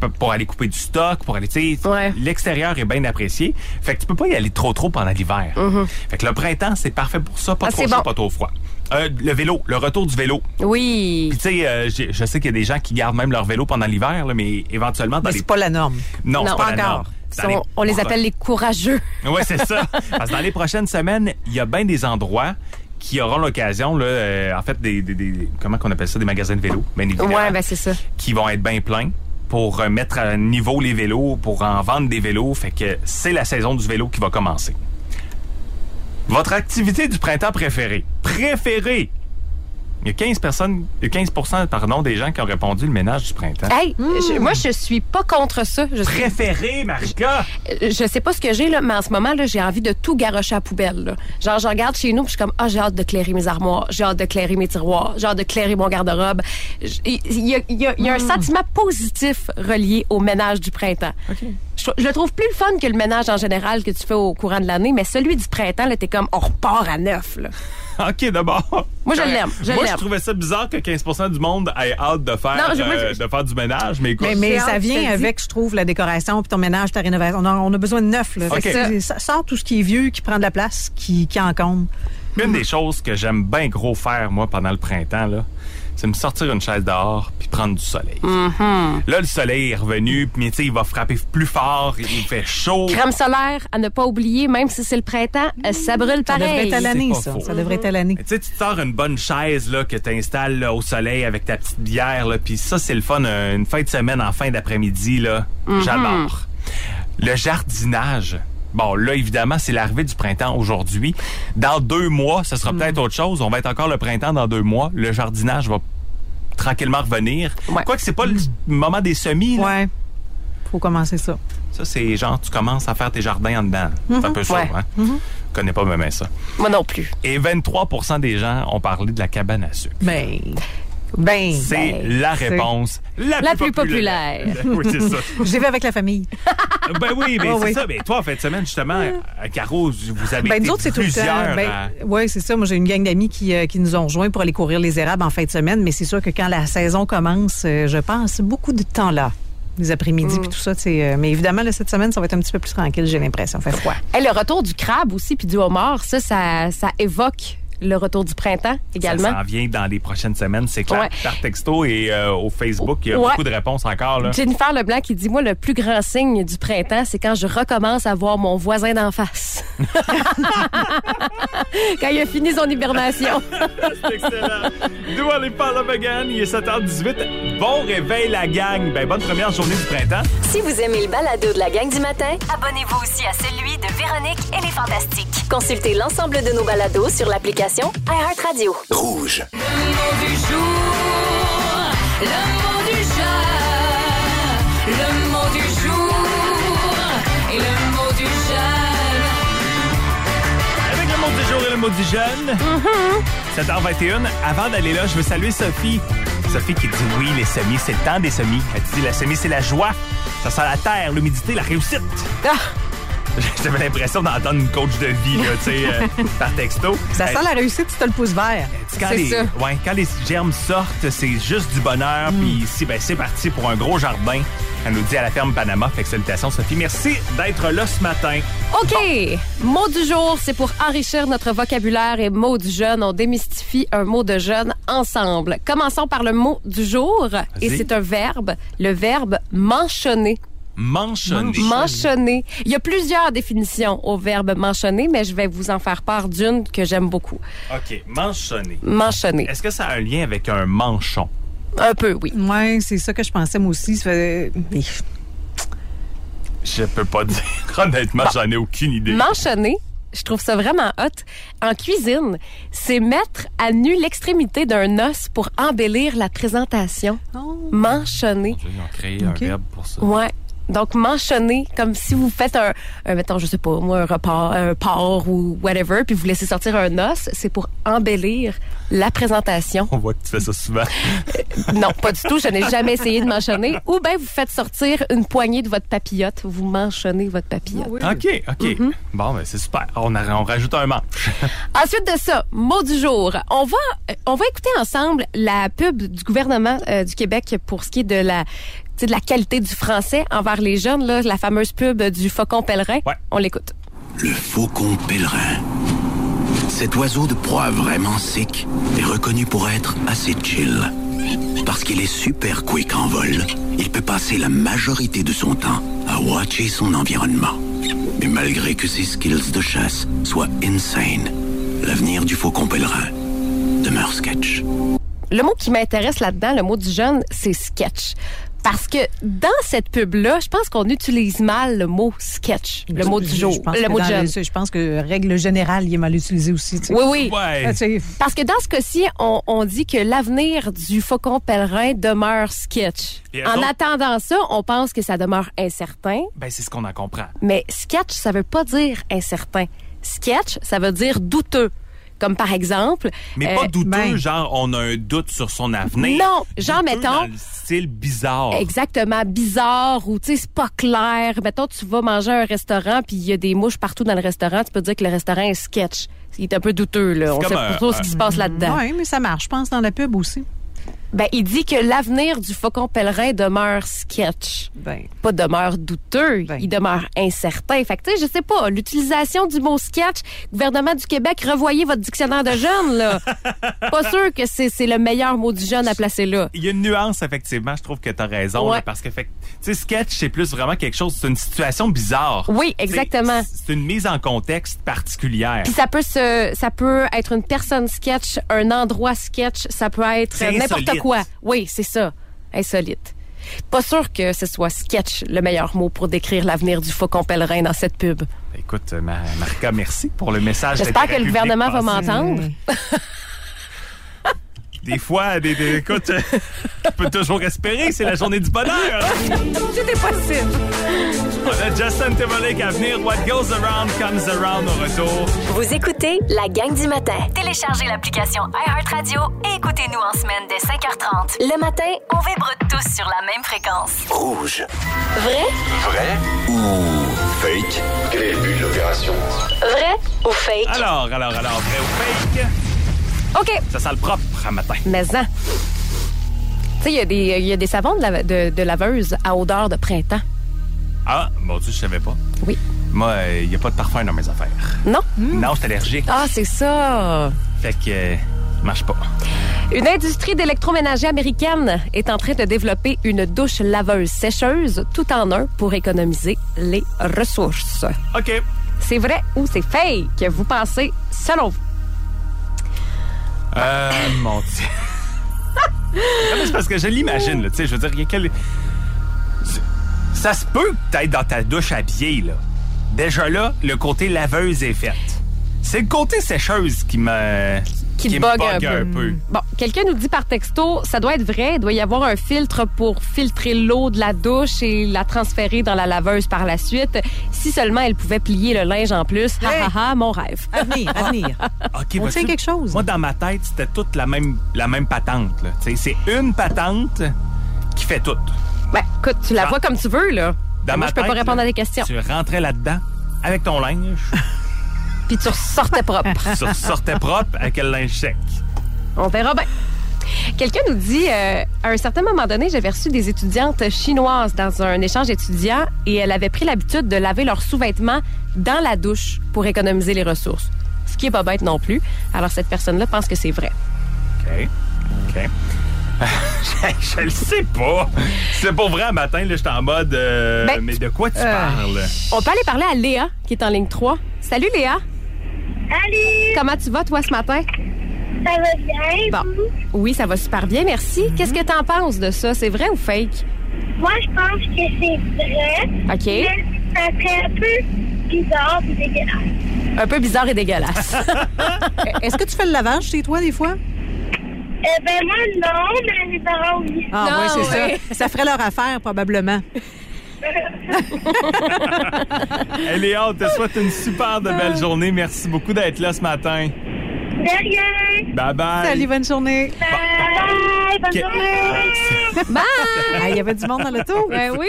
Speaker 4: p- pour aller couper du stock, pour aller, tu sais,
Speaker 5: Ouais.
Speaker 4: l'extérieur est bien apprécié. Fait que tu peux pas y aller trop trop pendant l'hiver. Fait que le printemps, c'est parfait pour ça, pas
Speaker 5: Mm-hmm. Ah,
Speaker 4: trop
Speaker 5: c'est
Speaker 4: chaud,
Speaker 5: bon.
Speaker 4: pas trop froid. Euh, le vélo, le retour du vélo.
Speaker 5: Oui.
Speaker 4: Puis tu sais, euh, j'ai- je sais qu'il y a des gens qui gardent même leur vélo pendant l'hiver, là, mais éventuellement dans
Speaker 6: Mais
Speaker 4: les
Speaker 6: c'est pas la norme.
Speaker 4: non,
Speaker 5: Non,
Speaker 4: c'est pas
Speaker 5: pas
Speaker 4: la
Speaker 5: encore.
Speaker 4: norme. Dans
Speaker 5: On, on les appelle les courageux.
Speaker 4: oui, c'est ça. Parce que dans les prochaines semaines, il y a bien des endroits qui auront l'occasion, là, euh, en fait, des, des- des- comment qu'on appelle ça, des magasins de vélos, bien évidemment,
Speaker 5: Ouais, ben, c'est ça.
Speaker 4: qui vont être bien pleins pour euh, mettre à niveau les vélos, pour en vendre des vélos. Fait que c'est la saison du vélo qui va commencer. Votre activité du printemps préférée. Préférée! Il y a 15 personnes, il y a 15 pardon, des gens qui ont répondu le ménage du printemps.
Speaker 5: Hey, je- moi, je suis pas contre ça. Je, suis-
Speaker 4: Préférée, Marika!
Speaker 5: euh, je sais pas ce que j'ai, là, mais en ce moment, là, j'ai envie de tout garocher à la poubelle. là. Genre, je regarde chez nous, puis je suis comme, ah, j'ai hâte de clairer mes armoires, j'ai hâte de clairer mes tiroirs, j'ai hâte de clairer mon garde-robe. Je- Il y a, il y a- il y a un
Speaker 6: Hmm.
Speaker 5: sentiment positif relié au ménage du printemps. Je, trou- je le trouve plus le fun que le ménage en général que tu fais au courant de l'année, mais celui du printemps, là, t'es comme, on repart à neuf, là.
Speaker 4: OK, d'abord.
Speaker 5: Moi, je
Speaker 4: Correct.
Speaker 5: l'aime, je
Speaker 4: Moi,
Speaker 5: l'aime.
Speaker 4: je trouvais ça bizarre que 15 du monde ait hâte de faire,
Speaker 5: Non, je- moi,
Speaker 4: euh,
Speaker 5: je- Ben,
Speaker 4: de faire du ménage, mais écoute.
Speaker 6: Mais, mais
Speaker 5: J'ai
Speaker 6: ça
Speaker 5: hâte, je te le
Speaker 6: vient
Speaker 5: dis.
Speaker 6: avec, je trouve, la décoration, puis ton ménage, ta rénovation. On a, on a besoin de neuf. Là.
Speaker 4: Ok.
Speaker 6: Fait que c'est- ça sort tout ce qui est vieux, qui prend de la place, qui, qui encombre.
Speaker 4: Une des choses que j'aime bien gros faire, moi, pendant le printemps, là, c'est me sortir une chaise dehors puis prendre du soleil.
Speaker 5: Mm-hmm.
Speaker 4: Là, le soleil est revenu, puis, mais tu sais, il va frapper plus fort, il fait chaud.
Speaker 5: Crème solaire à ne pas oublier, même si c'est le printemps, euh, ça brûle
Speaker 6: Hmm. Ça devrait
Speaker 5: pareil.
Speaker 6: être à l'année,
Speaker 4: C'est
Speaker 6: ça.
Speaker 4: pas faux.
Speaker 6: Ça devrait être à l'année.
Speaker 4: Tu sais, tu te sors une bonne chaise là, que tu installes au soleil avec ta petite bière. Là, puis ça, c'est le fun. euh, Une fin de semaine en fin d'après-midi, là, j'adore. Le jardinage. Bon, là, évidemment, c'est l'arrivée du printemps aujourd'hui. Dans deux mois, ce sera peut-être autre chose. On va être encore le printemps dans deux mois. Le jardinage va tranquillement revenir.
Speaker 5: Ouais.
Speaker 4: Quoique, c'est pas le moment des semis. là.
Speaker 6: Ouais. Faut commencer ça.
Speaker 4: Ça, c'est genre, tu commences à faire tes jardins en dedans. C'est un peu ça,
Speaker 5: Ouais.
Speaker 4: hein? Je connais pas même ça.
Speaker 5: Moi non plus.
Speaker 4: Et 23 des gens ont parlé de la cabane à sucre.
Speaker 6: Ben. Ben.
Speaker 4: C'est la réponse la,
Speaker 5: La plus
Speaker 4: oui, c'est ça.
Speaker 6: J'y vais avec la famille.
Speaker 4: Ben oui, mais
Speaker 6: Oh,
Speaker 4: c'est
Speaker 6: oui.
Speaker 4: ça. Mais toi, en fin de semaine, justement, à Caro, vous avez
Speaker 6: Ben,
Speaker 4: été
Speaker 6: nous autres, c'est tout le
Speaker 4: plusieurs.
Speaker 6: temps.
Speaker 4: à-
Speaker 6: Ben, oui, c'est ça. Moi, j'ai une gang d'amis qui, euh, qui nous ont rejoints pour aller courir les érables en fin de semaine, mais c'est sûr que quand la saison commence, euh, je passe beaucoup de temps là. Les après-midi
Speaker 5: Mm.
Speaker 6: puis tout ça, tu sais, euh, mais évidemment là, cette semaine, ça va être un petit peu plus tranquille, j'ai l'impression. Fait froid.
Speaker 5: Et le retour du crabe aussi, puis du homard, ça, ça, ça évoque le retour du printemps
Speaker 4: Ça
Speaker 5: également.
Speaker 4: s'en vient dans les prochaines semaines, c'est clair.
Speaker 5: Ouais.
Speaker 4: Par texto et euh, au Facebook, il y a
Speaker 5: Ouais.
Speaker 4: beaucoup de réponses encore. Là.
Speaker 5: Jennifer Leblanc qui dit Moi, le plus grand signe du printemps, c'est quand je recommence à voir mon voisin d'en face. quand il a fini son hibernation.
Speaker 4: C'est excellent. Nous, on est pas là, Megan. Il est 7h18. Bon réveil, la gang. Ben, bonne première journée du printemps.
Speaker 2: Si vous aimez le balado de la gang du matin,
Speaker 3: Abonnez-vous aussi à celui de Véronique et les Fantastiques.
Speaker 2: consultez l'ensemble de nos balados sur l'application iHeartRadio.
Speaker 7: Rouge.
Speaker 4: Avec le mot du jour et le mot du jeune.
Speaker 6: Mm-hmm.
Speaker 4: 7h21. Avant d'aller là, je veux saluer Sophie. Sophie qui dit oui, les semis, c'est le temps des semis. Elle dit la semis, c'est la joie. Ça sent la terre, l'humidité, la réussite.
Speaker 5: Ah,
Speaker 4: J'avais l'impression d'entendre une coach de vie, là, tu sais, euh, par texto.
Speaker 6: Ça
Speaker 4: Elle-
Speaker 6: sent la réussite si t'as le pouce vert.
Speaker 4: elle dit, Quand
Speaker 5: C'est
Speaker 4: les,
Speaker 5: ça.
Speaker 4: ouais, quand les germes sortent, c'est juste du bonheur.
Speaker 6: Mm.
Speaker 4: Puis ici, ben, c'est parti pour un gros jardin. Elle nous dit à la ferme Panama. Fait que salutations, Sophie. Merci d'être là ce matin.
Speaker 5: OK. Mot du jour, c'est pour enrichir notre vocabulaire et mot du jeune. On démystifie un mot de jeune ensemble. Commençons par le mot du jour. Et
Speaker 4: Vas-y.
Speaker 5: c'est un verbe, le verbe mentionner.
Speaker 4: Manchonné.
Speaker 5: Mentionner. Il y a plusieurs définitions au verbe mentionner, mais je vais vous en faire part d'une que j'aime beaucoup.
Speaker 4: OK, manchonné.
Speaker 5: Mentionner.
Speaker 4: Est-ce que ça a un lien avec un manchon?
Speaker 5: Un peu, oui.
Speaker 6: Ouais, c'est ça que je pensais moi aussi. Ça fait- Mais
Speaker 4: Je peux pas dire. Honnêtement,
Speaker 5: Bah.
Speaker 4: j'en ai aucune idée.
Speaker 5: Mentionner, je trouve ça vraiment hot. En cuisine, c'est mettre à nu l'extrémité d'un os pour embellir la présentation. Mentionner.
Speaker 4: Ils ont créé un
Speaker 6: Ok.
Speaker 4: verbe pour ça.
Speaker 5: Ouais. Donc, manchonner, comme si vous faites un, un, mettons, je sais pas, moi, un report, un porc ou whatever, puis vous laissez sortir un os, c'est pour embellir la présentation.
Speaker 4: On voit que tu fais ça souvent.
Speaker 5: Non, pas du tout. Je n'ai jamais essayé de manchonner. Ou bien, vous faites sortir une poignée de votre papillote. Vous manchonnez votre papillote.
Speaker 4: OK, OK.
Speaker 5: Mm-hmm.
Speaker 4: Bon, ben, c'est super. On, a- on rajoute un manche.
Speaker 5: Ensuite de ça, mot du jour. On va, euh, on va écouter ensemble la pub du gouvernement euh, du Québec pour ce qui est de la tu sais, de la qualité du français envers les jeunes, là, la fameuse pub du faucon pèlerin.
Speaker 4: Ouais.
Speaker 5: On l'écoute.
Speaker 9: Le faucon pèlerin. Cet oiseau de proie vraiment sec est reconnu pour être assez chill. Parce qu'il est super quick en vol, il peut passer la majorité de son temps à watcher son environnement. Mais malgré que ses skills de chasse soient insane, l'avenir du faucon pèlerin demeure sketch.
Speaker 5: Le mot qui m'intéresse là-dedans, le mot du jeune, c'est sketch. Parce que dans cette pub-là, je pense qu'on utilise mal le mot sketch, le mot du jour,
Speaker 6: Je pense
Speaker 5: le
Speaker 6: que
Speaker 5: mot du
Speaker 6: dans
Speaker 5: jeune.
Speaker 6: les- je pense que règle générale, il est mal utilisé aussi. tu sais.
Speaker 5: Oui, oui.
Speaker 4: Ouais.
Speaker 6: Ah, tu sais,
Speaker 5: Parce que dans ce cas-ci, on, on dit que l'avenir du faucon pèlerin demeure sketch.
Speaker 4: Et eux
Speaker 5: En
Speaker 4: autres-
Speaker 5: attendant ça, on pense que ça demeure incertain,
Speaker 4: Ben, c'est ce qu'on en comprend.
Speaker 5: mais sketch, ça veut pas dire incertain. Sketch, ça veut dire douteux. Comme par exemple...
Speaker 4: Mais
Speaker 5: euh,
Speaker 4: pas douteux,
Speaker 6: ben-
Speaker 4: genre, on a un doute sur son avenir.
Speaker 5: Non, genre,
Speaker 4: Douteux
Speaker 5: mettons-
Speaker 4: Dans le style bizarre.
Speaker 5: Exactement, bizarre ou tu sais c'est pas clair. Mettons tu vas manger à un restaurant puis il y a des mouches partout dans le restaurant, tu peux dire que le restaurant est sketch. Il est un peu douteux là, on
Speaker 4: comme
Speaker 5: sait
Speaker 4: un-
Speaker 5: pas trop ce qui se passe là-dedans.
Speaker 6: Oui, mais ça marche, je pense, dans la pub aussi.
Speaker 5: Ben il dit que l'avenir du faucon pèlerin demeure sketch.
Speaker 6: Ben,
Speaker 5: pas demeure douteux,
Speaker 6: Ben.
Speaker 5: il demeure incertain. Fait que, tu sais, je sais pas, l'utilisation du mot sketch, gouvernement du Québec, revoyez votre dictionnaire de jeunes, là. pas sûr que c'est c'est le meilleur mot du jeune à placer là.
Speaker 4: Il y a une nuance, effectivement. Je trouve que tu as raison. là,
Speaker 5: Ouais.
Speaker 4: parce que, fait que, tu sais, sketch, c'est plus vraiment quelque chose, c'est une situation bizarre.
Speaker 5: Oui,
Speaker 4: Tu sais,
Speaker 5: exactement.
Speaker 4: C'est c'est une mise en contexte particulière.
Speaker 5: Puis ça peut se, ça peut être une personne sketch, un endroit sketch, ça peut être
Speaker 4: C'est
Speaker 5: n'importe
Speaker 4: insolite.
Speaker 5: quoi. Oui, c'est ça, insolite. Pas sûr que ce soit sketch le meilleur mot pour décrire l'avenir du faucon pèlerin dans cette pub.
Speaker 4: Écoute, euh, Ma- Marca, merci pour le message.
Speaker 5: J'espère que
Speaker 4: d'intérêt
Speaker 5: le
Speaker 4: public
Speaker 5: gouvernement va
Speaker 4: passé.
Speaker 5: m'entendre.
Speaker 4: Des fois, des, des- écoute, euh, tu peux toujours espérer, c'est la journée du bonheur. hein?
Speaker 5: Tout est possible.
Speaker 4: On a Justin Timberlake à venir. What goes around comes around au retour.
Speaker 2: Vous écoutez la gang du matin.
Speaker 3: Téléchargez l'application iHeartRadio et écoutez-nous en semaine dès 5h30.
Speaker 2: Le matin,
Speaker 3: On vibre tous sur la même fréquence.
Speaker 9: Rouge.
Speaker 2: vrai,
Speaker 9: Vrai ou fake? Quel est le but de l'opération?
Speaker 2: vrai ou fake?
Speaker 4: Alors, alors, alors, vrai ou fake?
Speaker 5: OK.
Speaker 4: Ça sent le propre à matin.
Speaker 5: Maison. hein. Tu sais, il y a des- il y, a des savons de, lave- de- de laveuse à odeur de printemps.
Speaker 4: Ah, mon Dieu, je savais pas.
Speaker 5: Oui.
Speaker 4: Moi, il n'y a pas de parfum dans mes affaires.
Speaker 5: Non?
Speaker 4: Non, je suis allergique.
Speaker 5: Ah, c'est ça!
Speaker 4: Fait que euh, marche pas.
Speaker 5: Une industrie d'électroménager américaine est en train de développer une douche laveuse sécheuse tout en un pour économiser les ressources.
Speaker 4: OK.
Speaker 5: C'est vrai ou c'est fake? Vous pensez selon vous?
Speaker 4: Euh, mon Dieu. Non, mais C'est parce que je l'imagine, là. Tu sais, je veux dire, il y a quel... Ça se peut que t'ailles dans ta douche à pied, là. Déjà là, le côté laveuse est fait. C'est le côté sécheuse qui me...
Speaker 5: Qui te
Speaker 4: me
Speaker 5: bug un peu. Hmm. Bon, quelqu'un nous dit par texto, ça doit être vrai, il doit y avoir un filtre pour filtrer l'eau de la douche et la transférer dans la laveuse par la suite. Si seulement elle pouvait plier le linge en plus. Ha
Speaker 6: Hey!
Speaker 5: ha ha, mon rêve.
Speaker 6: à venir, à venir.
Speaker 4: OK,
Speaker 6: On
Speaker 4: vois-tu,
Speaker 6: tient quelque chose.
Speaker 4: Ah, Moi, dans ma tête, c'était toute la même, la même patente, là. Tu sais, c'est une patente qui fait tout.
Speaker 5: Ben, écoute, tu la
Speaker 4: Ah.
Speaker 5: vois comme tu veux, là.
Speaker 4: Dans
Speaker 5: Ben, Moi,
Speaker 4: ma
Speaker 5: je peux pas
Speaker 4: tête,
Speaker 5: répondre
Speaker 4: là,
Speaker 5: à des questions.
Speaker 4: Tu rentrais là-dedans avec ton linge,
Speaker 5: Puis tu ressortais propre.
Speaker 4: tu sortais propre avec le linge sec.
Speaker 5: On verra bien. Quelqu'un nous dit, euh, à un certain moment donné, j'avais reçu des étudiantes chinoises dans un échange étudiant et elles avaient pris l'habitude de laver leurs sous-vêtements dans la douche pour économiser les ressources. Ce qui est pas bête non plus. Alors cette personne-là pense que c'est vrai.
Speaker 4: OK. OK. je, je le sais pas. C'est pour vrai, un matin, là, j'étais en mode. euh,
Speaker 5: Ben,
Speaker 4: mais de quoi tu parles?
Speaker 5: On peut aller parler à Léa, qui est en ligne 3. Salut Léa,
Speaker 10: Salut,
Speaker 5: comment tu vas toi ce matin?
Speaker 10: ça va bien?
Speaker 5: Bon, oui, ça va super bien, merci. Qu'est-ce que t'en penses de ça? C'est vrai ou fake?
Speaker 10: Moi, je pense que c'est vrai,
Speaker 5: OK.
Speaker 10: mais ça serait un peu bizarre et dégueulasse.
Speaker 5: Un peu bizarre et dégueulasse.
Speaker 6: Est-ce que tu fais le lavage chez toi des fois?
Speaker 10: Eh ben moi, non, mais les parents, oui.
Speaker 6: Ah
Speaker 5: Non,
Speaker 6: oui, c'est
Speaker 5: ouais.
Speaker 6: ça. Ça ferait leur affaire probablement.
Speaker 4: Elle est haute. Je te souhaite une super de belle journée. Merci beaucoup d'être là ce matin.
Speaker 10: De rien.
Speaker 4: Bye bye.
Speaker 6: Salut, bonne journée.
Speaker 10: Bye. Bonne
Speaker 4: Que-
Speaker 10: journée.
Speaker 5: Bye!
Speaker 6: Ah, Il y avait du monde dans l'auto.
Speaker 5: Ben oui.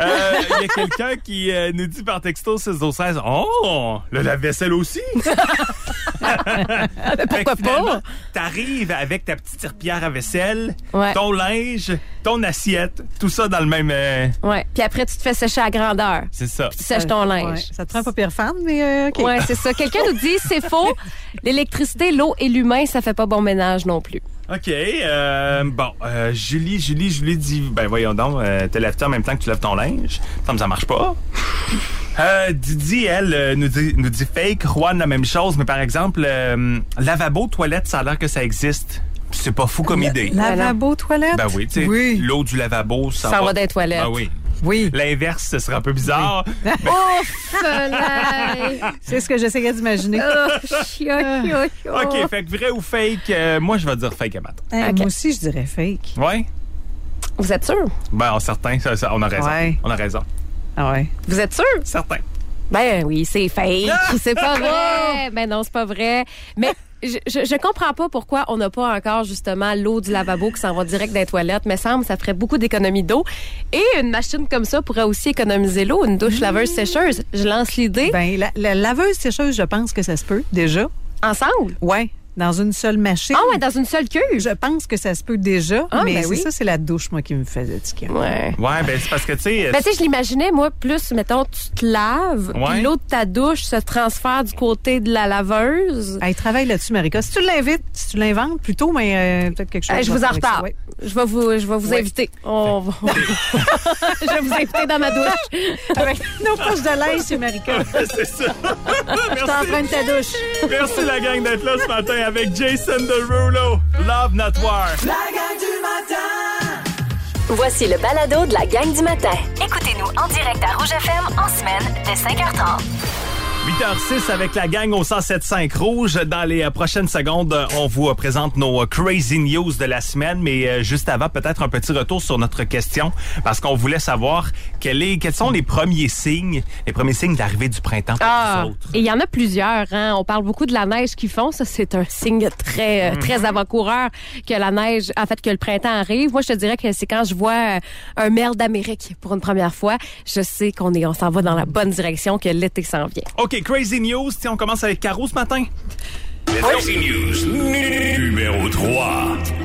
Speaker 4: Euh, Il y a quelqu'un qui euh, nous dit par texto 6 au 16 Oh, le lave-vaisselle aussi.
Speaker 5: Pourquoi pas?
Speaker 4: T'arrives avec ta petite serpillière à vaisselle,
Speaker 5: Ouais.
Speaker 4: ton linge, ton assiette, tout ça dans le même. euh,
Speaker 5: Ouais. Puis après, tu te fais sécher à grandeur.
Speaker 4: c'est ça.
Speaker 5: Tu sèches ton
Speaker 6: Euh, Ouais,
Speaker 5: linge.
Speaker 6: Ça te prend pas pire fan, mais euh, OK.
Speaker 5: Ouais, c'est ça. Quelqu'un nous dit, c'est faux. L'électricité, l'eau et l'humain, ça fait pas bon ménage non plus.
Speaker 4: OK. euh, bon, euh, Julie, Julie, Julie dit Ben voyons donc, euh, te lèves-tu en même temps que tu lèves ton linge Ça me ça marche pas. Euh, Didi, elle, euh, nous, dit, nous dit fake. Juan, la même chose, mais par exemple, euh, lavabo, toilette, ça a l'air que ça existe. C'est pas fou comme idée.
Speaker 6: Lavabo, toilette?
Speaker 4: Ben oui, tu sais,
Speaker 6: Oui.
Speaker 4: l'eau du lavabo, ça,
Speaker 5: Ça va dans les toilettes.
Speaker 4: Ben oui.
Speaker 6: Oui.
Speaker 4: L'inverse, ce serait un peu bizarre.
Speaker 5: Ouf! là.
Speaker 6: C'est ce que j'essayais d'imaginer.
Speaker 5: Oh, chio, chio, chio.
Speaker 4: OK, fait que vrai ou fake, euh, moi, je vais dire fake à matin.
Speaker 6: Eh,
Speaker 5: OK.
Speaker 6: Moi aussi, je dirais fake.
Speaker 4: Ouais?
Speaker 5: Vous êtes sûr?
Speaker 4: Ben, en certain, ça- ça- on a raison.
Speaker 6: Ouais.
Speaker 4: On a raison.
Speaker 6: Ah ouais.
Speaker 5: Vous êtes sûr?
Speaker 4: Certain.
Speaker 5: Ben oui, c'est fake. C'est pas vrai. Ah! Ben non, c'est pas vrai. Mais je, je, je comprends pas pourquoi on n'a pas encore justement l'eau du lavabo qui s'en va direct dans les toilettes. Mais semble ça ferait beaucoup d'économie d'eau. Et une machine comme ça pourrait aussi économiser l'eau, une douche laveuse sécheuse. Je lance l'idée.
Speaker 6: Ben, la, la laveuse sécheuse, je pense que ça se peut, déjà.
Speaker 5: Ensemble?
Speaker 6: Ouais. Dans une seule machine.
Speaker 5: Ah ouais, dans une seule cuve.
Speaker 6: Je pense que ça se peut déjà,
Speaker 5: Ah,
Speaker 6: mais
Speaker 5: ben
Speaker 6: c'est
Speaker 5: oui.
Speaker 6: ça, c'est la douche, moi, qui me faisait tiquer.
Speaker 5: Ouais.
Speaker 4: Ouais, ben, c'est parce que, tu sais.
Speaker 5: Ben, tu sais, je l'imaginais, moi, plus, mettons, tu te laves,
Speaker 4: Ouais.
Speaker 5: puis l'eau de ta douche se transfère du côté de la laveuse.
Speaker 6: Hey, travaille là-dessus, Marika. Si tu l'invites, si tu l'inventes plutôt, mais euh, peut-être quelque chose.
Speaker 5: Hey, Ah, je
Speaker 6: va
Speaker 5: vous en
Speaker 6: avec ça,
Speaker 5: repars.
Speaker 6: ouais.
Speaker 5: Je vais vous, je vais vous
Speaker 6: Ouais.
Speaker 5: inviter. On va- je vais vous inviter dans ma douche.
Speaker 6: Avec nos poches de linge, c'est Marika.
Speaker 4: c'est ça.
Speaker 6: Je t'emprunte ta douche.
Speaker 4: Merci la gang d'être là ce matin avec Jason Derulo. Love Not War.
Speaker 1: La gang du matin
Speaker 2: Voici le balado de la gang du matin.
Speaker 3: Écoutez-nous en direct à Rouge FM en semaine dès 5h30.
Speaker 4: 8h06 avec la gang au 107.5 Rouge. Dans les euh, prochaines secondes, euh, on vous euh, présente nos euh, crazy news de la semaine, mais euh, juste avant, peut-être un petit retour sur notre question, parce qu'on voulait savoir quel est- quels sont les premiers signes, les premiers signes de l'arrivée du printemps pour
Speaker 5: Ah,
Speaker 4: vous autres.
Speaker 5: et il y en a plusieurs. Hein. On parle beaucoup de la neige qu'ils font. Ça, c'est un signe très, euh, très avant-coureur que la neige, en fait, que le printemps arrive. Moi, je te dirais que c'est quand je vois euh, un merle d'Amérique pour une première fois, je sais qu'on est, on s'en va dans la bonne direction, que l'été s'en vient.
Speaker 4: OK, crazy news. Tiens, on commence avec Caro ce matin.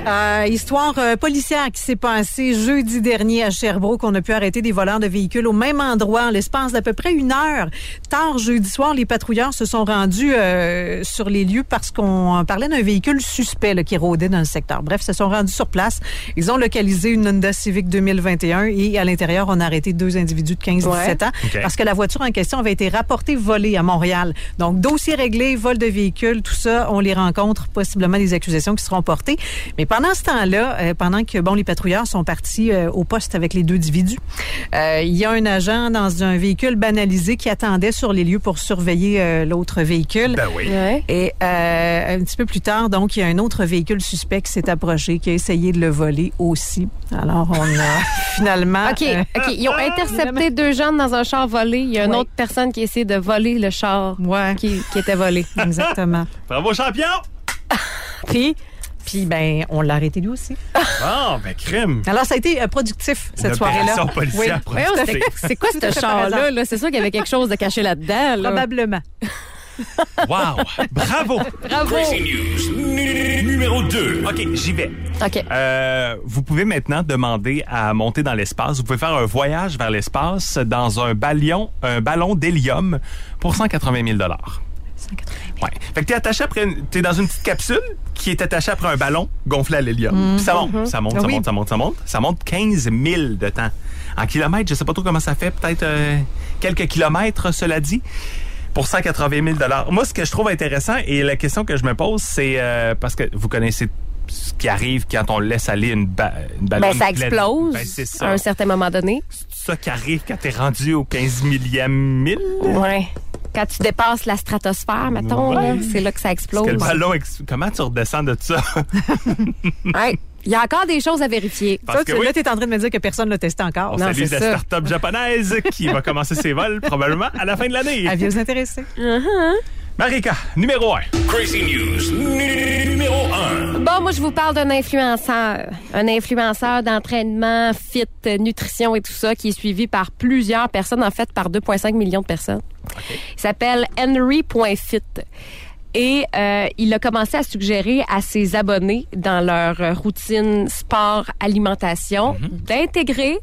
Speaker 6: Euh, histoire euh, policière qui s'est passée jeudi dernier à Sherbrooke. On a pu arrêter des voleurs de véhicules au même endroit en l'espace d'à peu près une heure. Tard jeudi soir, les patrouilleurs se sont rendus euh, sur les lieux parce qu'on parlait d'un véhicule suspect là, qui rôdait dans le secteur. Bref, se sont rendus sur place. Ils ont localisé une Honda Civic 2021 et à l'intérieur, on a arrêté deux individus de 15-17 ans
Speaker 4: OK.
Speaker 6: parce que la voiture en question avait été rapportée volée à Montréal. Donc, dossier réglé, vol de véhicule, tout ça, on les rencontre, possiblement des accusations qui seront portées. Mais pendant ce temps-là, euh, pendant que bon, les patrouilleurs sont partis euh, au poste avec les deux individus, euh, il y a un agent dans un véhicule banalisé qui attendait sur les lieux pour surveiller euh, l'autre véhicule.
Speaker 4: Ben oui.
Speaker 6: Et euh, un petit peu plus tard, donc, il y a un autre véhicule suspect qui s'est approché, qui a essayé de le voler aussi. Alors, on a finalement...
Speaker 5: OK,
Speaker 6: euh,
Speaker 5: OK. Ils ont intercepté deux jeunes dans un char volé. Il y a une
Speaker 6: Ouais.
Speaker 5: autre personne qui a essayé de voler le char
Speaker 6: ouais,
Speaker 5: qui, qui était volé.
Speaker 6: exactement.
Speaker 4: Bravo, champion!
Speaker 6: Puis, puis ben, on l'a arrêté lui aussi.
Speaker 4: Ah, ben crime.
Speaker 6: Alors, ça a été euh, productif, cette soirée-là.
Speaker 4: Opération policière
Speaker 6: Oui.
Speaker 5: Voyons,
Speaker 4: productive.
Speaker 5: c'est- c'est quoi
Speaker 6: Tout à
Speaker 5: ce
Speaker 6: fait
Speaker 5: char-là?
Speaker 6: raison.
Speaker 5: là? C'est sûr qu'il y avait quelque chose de caché là-dedans. là.
Speaker 6: Probablement.
Speaker 4: Wow! Bravo!
Speaker 5: Bravo!
Speaker 4: Numéro 2. OK, j'y vais.
Speaker 5: OK.
Speaker 4: Euh, vous pouvez maintenant demander à monter dans l'espace. Vous pouvez faire un voyage vers l'espace dans un ballon, un ballon d'hélium pour 180 000 Ouais. Fait que t'es attaché après, une- t'es dans une petite capsule qui est attachée après un ballon gonflé à l'hélium. Puis ça monte, ça monte, ça
Speaker 6: Oui.
Speaker 4: monte, ça monte, ça monte. Ça monte 15 000 de temps. En kilomètres, je sais pas trop comment ça fait, peut-être euh, quelques kilomètres, cela dit. Pour 180 000 Moi, ce que je trouve intéressant et la question que je me pose, c'est euh, parce que vous connaissez ce qui arrive quand on laisse aller une, ba- une ballonne
Speaker 5: Ben, ça
Speaker 4: pleine.
Speaker 5: explose
Speaker 4: Ben, c'est
Speaker 5: à
Speaker 4: ça.
Speaker 5: un certain moment donné.
Speaker 4: ça qui arrive quand t'es rendu au 15 millième mille.
Speaker 5: Ouais. Quand tu dépasses la stratosphère, mettons,
Speaker 4: Ouais.
Speaker 5: là, c'est là que ça
Speaker 4: Parce
Speaker 5: explose.
Speaker 4: que le ballon ex- Comment tu redescends de ça?
Speaker 5: Ouais. Il y a encore des choses à vérifier.
Speaker 4: Parce
Speaker 6: Toi,
Speaker 4: que
Speaker 6: tu-
Speaker 4: oui.
Speaker 6: là, tu es en train de me dire que personne ne l'a testé encore.
Speaker 4: On
Speaker 5: Non,
Speaker 4: salue
Speaker 5: c'est
Speaker 4: la
Speaker 5: ça.
Speaker 4: start-up japonaise qui va commencer ses vols probablement à la fin de l'année.
Speaker 6: Aviez-vous intéressé?
Speaker 4: Marika, numéro 1.
Speaker 11: Crazy News nu- numéro 1.
Speaker 5: Bon, moi, je vous parle d'un influenceur. Un influenceur d'entraînement, fit, euh, nutrition et tout ça, qui est suivi par plusieurs personnes, en fait, par 2,5 millions de personnes. Il s'appelle Henry.fit. Et euh, il a commencé à suggérer à ses abonnés, dans leur euh, routine sport, alimentation, d'intégrer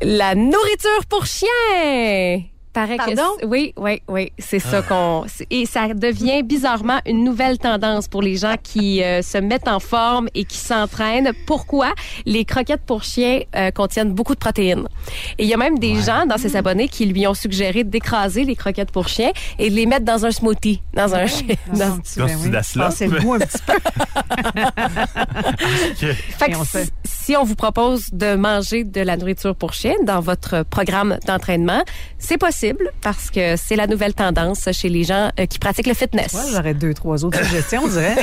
Speaker 5: la nourriture pour chien. Paraît
Speaker 2: Pardon?
Speaker 5: Que, oui, oui, oui, c'est ça qu'on. c'est- Et ça devient bizarrement une nouvelle tendance pour les gens qui euh, se mettent en forme et qui s'entraînent. Pourquoi? Les croquettes pour chiens euh, contiennent beaucoup de protéines. Et il y a même des gens dans ses abonnés qui lui ont suggéré d'écraser les croquettes pour chiens et de les mettre dans un smoothie, dans un chien.
Speaker 6: Ah.
Speaker 5: dans-
Speaker 4: Dans ce sudasla.
Speaker 6: C'est le goût un petit peu.
Speaker 5: Fait que
Speaker 6: Et on
Speaker 5: si,
Speaker 6: sait.
Speaker 5: si on vous propose de manger de la nourriture pour chien dans votre programme d'entraînement, c'est possible parce que c'est la nouvelle tendance chez les gens euh, qui pratiquent le fitness.
Speaker 6: Ouais, j'aurais deux, trois autres suggestions, on dirait.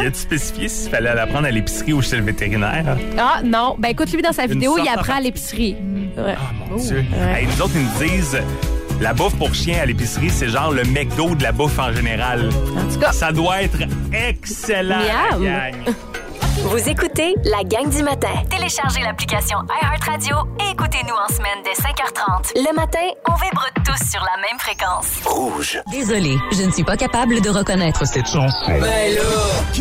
Speaker 4: Il a-tu spécifié s'il fallait la prendre à l'épicerie ou chez le vétérinaire?
Speaker 5: ah non, ben écoute lui dans sa vidéo,
Speaker 4: sorte
Speaker 5: il apprend
Speaker 4: en-
Speaker 5: à l'épicerie. Ouais.
Speaker 4: Ah, mon Dieu.
Speaker 5: Oh.
Speaker 4: Hey, nous autres, ils nous disent la bouffe pour chien à l'épicerie, c'est genre le McDo de la bouffe en général.
Speaker 5: En tout cas,
Speaker 4: Ça doit être excellent, la
Speaker 5: Miam.
Speaker 4: gang.
Speaker 2: Vous écoutez la gang du matin.
Speaker 3: Téléchargez l'application iHeartRadio et écoutez-nous en semaine dès 5h30.
Speaker 2: Le matin,
Speaker 3: On vibre tous sur la même fréquence.
Speaker 7: Rouge.
Speaker 2: désolé, je ne suis pas capable de reconnaître.
Speaker 11: Qui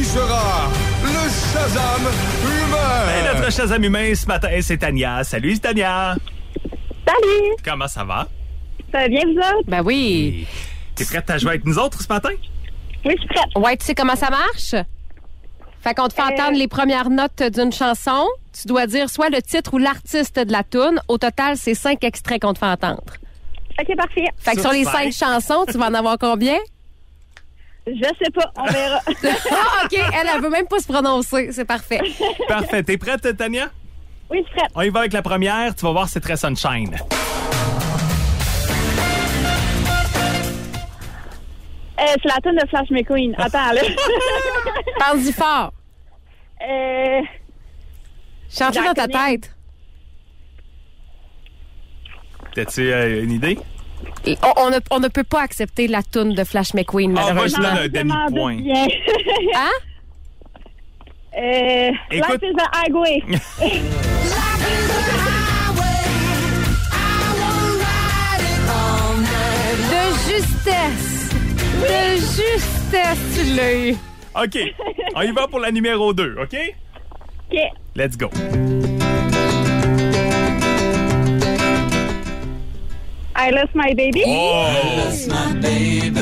Speaker 11: sera le Shazam
Speaker 4: Et
Speaker 11: humain?
Speaker 4: notre Shazam humain ce matin, c'est Tania. Salut, Tania.
Speaker 10: Salut!
Speaker 4: Comment ça va?
Speaker 10: Ça va bien, vous autres?
Speaker 5: ben oui.
Speaker 4: T'es prête à jouer avec nous autres ce matin?
Speaker 10: Oui, je suis prête.
Speaker 5: Ouais, tu sais comment ça marche? Fait qu'on te fait
Speaker 10: Euh.
Speaker 5: entendre les premières notes d'une chanson. Tu dois dire soit le titre ou l'artiste de la tune. Au total, c'est cinq extraits qu'on te fait entendre.
Speaker 10: OK, parfait.
Speaker 5: Fait que sur
Speaker 4: Sur
Speaker 5: les
Speaker 4: cinq.
Speaker 5: cinq chansons, tu vas en avoir combien?
Speaker 10: Je sais pas, on verra.
Speaker 5: Ah, OK. Elle, elle veut même pas se prononcer. C'est parfait.
Speaker 4: Parfait. T'es prête, Tania?
Speaker 10: oui, je suis prête.
Speaker 4: On y va avec la première. Tu vas voir, c'est très sunshine.
Speaker 10: Euh, c'est la tune de Flash McQueen. Attends, là.
Speaker 5: Pense-y fort.
Speaker 10: euh,
Speaker 5: Chante-le dans ta
Speaker 10: Jacqueline.
Speaker 5: tête.
Speaker 4: T'as-tu euh, une idée?
Speaker 5: Et on, on ne, on ne peut pas accepter la toune de Flash McQueen,
Speaker 4: Ah, moi, je
Speaker 5: malheureusement.
Speaker 4: donne un
Speaker 10: demande
Speaker 4: demi-point.
Speaker 10: bien.
Speaker 5: Hein?
Speaker 10: euh,
Speaker 4: Écoute.
Speaker 10: Life is a highway.
Speaker 5: De justesse. De justesse, tu l'as eu.
Speaker 4: OK. On y va pour la numéro 2, OK?
Speaker 10: OK.
Speaker 4: Let's go.
Speaker 10: I lost my baby.
Speaker 4: Oh!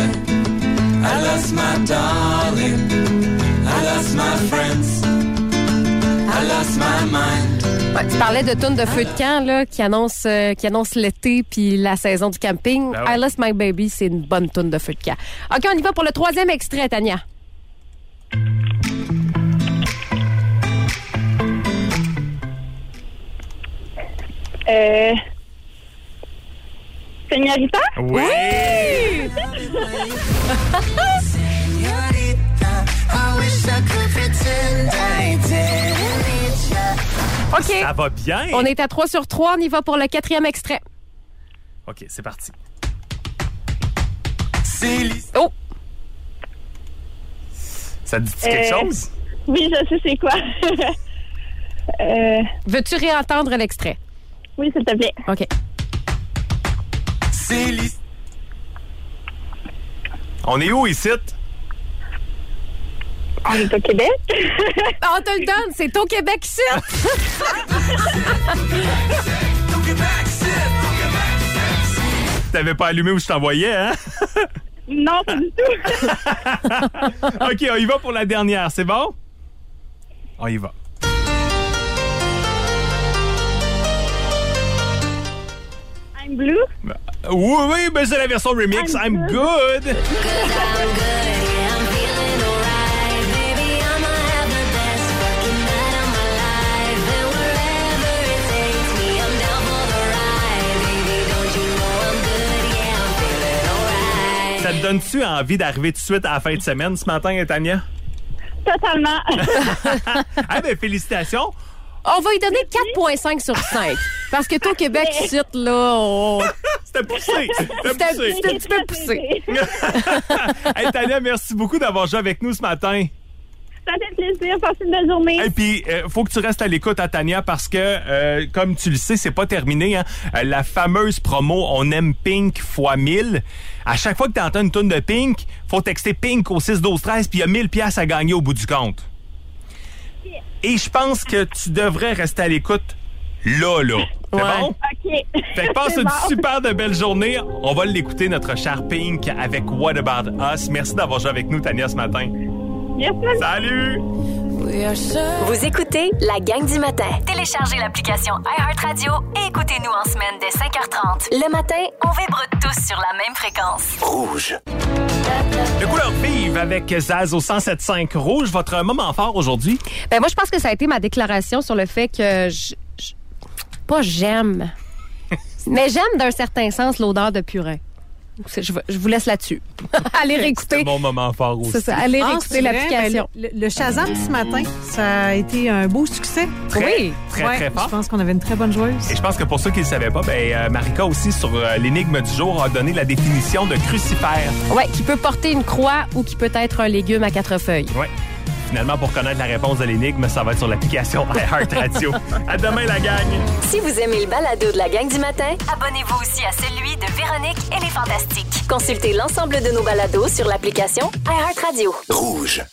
Speaker 5: Ouais, tu parlais de toune de feu de camp là, qui annonce, euh, qui annonce l'été puis la saison du camping.
Speaker 4: Ben ouais.
Speaker 5: I Lost My Baby, c'est une bonne toune de feu de camp. OK, on y va pour le troisième extrait, Tania.
Speaker 10: Euh, Señorita?
Speaker 4: Oui!
Speaker 5: OK.
Speaker 4: Ça va bien?
Speaker 5: On est à 3 sur 3. On y va pour le quatrième extrait.
Speaker 4: OK, c'est parti.
Speaker 5: Oh!
Speaker 4: Ça te dit quelque
Speaker 10: Euh,
Speaker 4: chose?
Speaker 10: Oui, je sais c'est quoi. euh,
Speaker 5: Veux-tu réentendre l'extrait?
Speaker 10: oui, s'il te plaît.
Speaker 5: OK.
Speaker 4: On est où ici?
Speaker 10: On est au Québec.
Speaker 5: Ah, On te le donne, c'est au Québec ici.
Speaker 4: T'avais pas allumé où je t'envoyais, hein?
Speaker 10: non, pas du tout.
Speaker 5: Ah.
Speaker 4: OK, on y va pour la dernière, c'est bon? On y va.
Speaker 10: I'm blue.
Speaker 4: Oui, oui, mais c'est la version remix.
Speaker 10: I'm
Speaker 4: I'm good. Ça te donne-tu envie d'arriver tout de suite à la fin de semaine ce matin, Tania?
Speaker 10: Totalement.
Speaker 4: Ah ben félicitations.
Speaker 5: On va lui donner 4,5 sur 5. Parce que toi, au Québec, ici, là, on...
Speaker 4: C'était poussé.
Speaker 5: C'était
Speaker 4: C'était poussé.
Speaker 5: c'était un petit peu poussé.
Speaker 4: hey, Tania, merci beaucoup d'avoir joué avec nous ce matin.
Speaker 10: Ça fait plaisir. Passez une bonne journée.
Speaker 4: Et puis, euh, faut que tu restes à l'écoute à Tania parce que, euh, comme tu le sais, c'est pas terminé. Hein? Euh, la fameuse promo On aime Pink fois 1000. À chaque fois que tu entends une tonne de Pink, faut texter Pink au 6 12 13 puis il y a 1000 pièces à gagner au bout du compte. Et je pense que tu devrais rester à l'écoute là, là. C'est
Speaker 10: Ouais.
Speaker 4: bon?
Speaker 10: OK.
Speaker 4: Fait que passe
Speaker 10: C'est
Speaker 4: une
Speaker 10: bon.
Speaker 4: super de belle journée. On va l'écouter, notre cher Pink, avec What About Us. Merci d'avoir joué avec nous, Tania, ce matin.
Speaker 10: Merci.
Speaker 4: Salut!
Speaker 2: Vous écoutez la gang du matin.
Speaker 3: Téléchargez l'application iHeartRadio et écoutez-nous en semaine dès 5h30.
Speaker 2: Le matin,
Speaker 3: On vibre tous sur la même fréquence.
Speaker 7: Rouge.
Speaker 4: De couleur vive avec Zaz au 107.5 Rouge, votre moment fort aujourd'hui.
Speaker 5: Ben, moi, je pense que ça a été ma déclaration sur le fait que je... je- pas j'aime, mais j'aime d'un certain sens l'odeur de purin. C'est- Je, vais- je vous laisse là-dessus. Allez réécouter.
Speaker 4: Mon moment fort aussi.
Speaker 5: C'est ça. Allez
Speaker 6: Ah,
Speaker 5: réécouter
Speaker 6: c'est vrai,
Speaker 5: l'application.
Speaker 6: ben, Le, le Shazam ce matin, ça a été un beau succès.
Speaker 4: Très,
Speaker 5: Oui.
Speaker 4: très,
Speaker 6: Ouais,
Speaker 4: très fort.
Speaker 6: Je pense qu'on avait une très bonne joueuse.
Speaker 4: Et je pense que pour ceux qui ne le savaient pas, ben, euh, Marika aussi, sur euh, l'énigme du jour, a donné la définition de crucifère.
Speaker 6: ben,
Speaker 5: Ouais, qui peut porter une croix ou qui peut être un légume à quatre feuilles.
Speaker 4: Ouais. Finalement, pour connaître la réponse de l'énigme, ça va être sur l'application iHeartRadio. à demain, la gang!
Speaker 2: si vous aimez le balado de la gang du matin,
Speaker 3: Abonnez-vous aussi à celui de Véronique et les Fantastiques.
Speaker 2: consultez l'ensemble de nos balados sur l'application iHeartRadio.
Speaker 7: Rouge.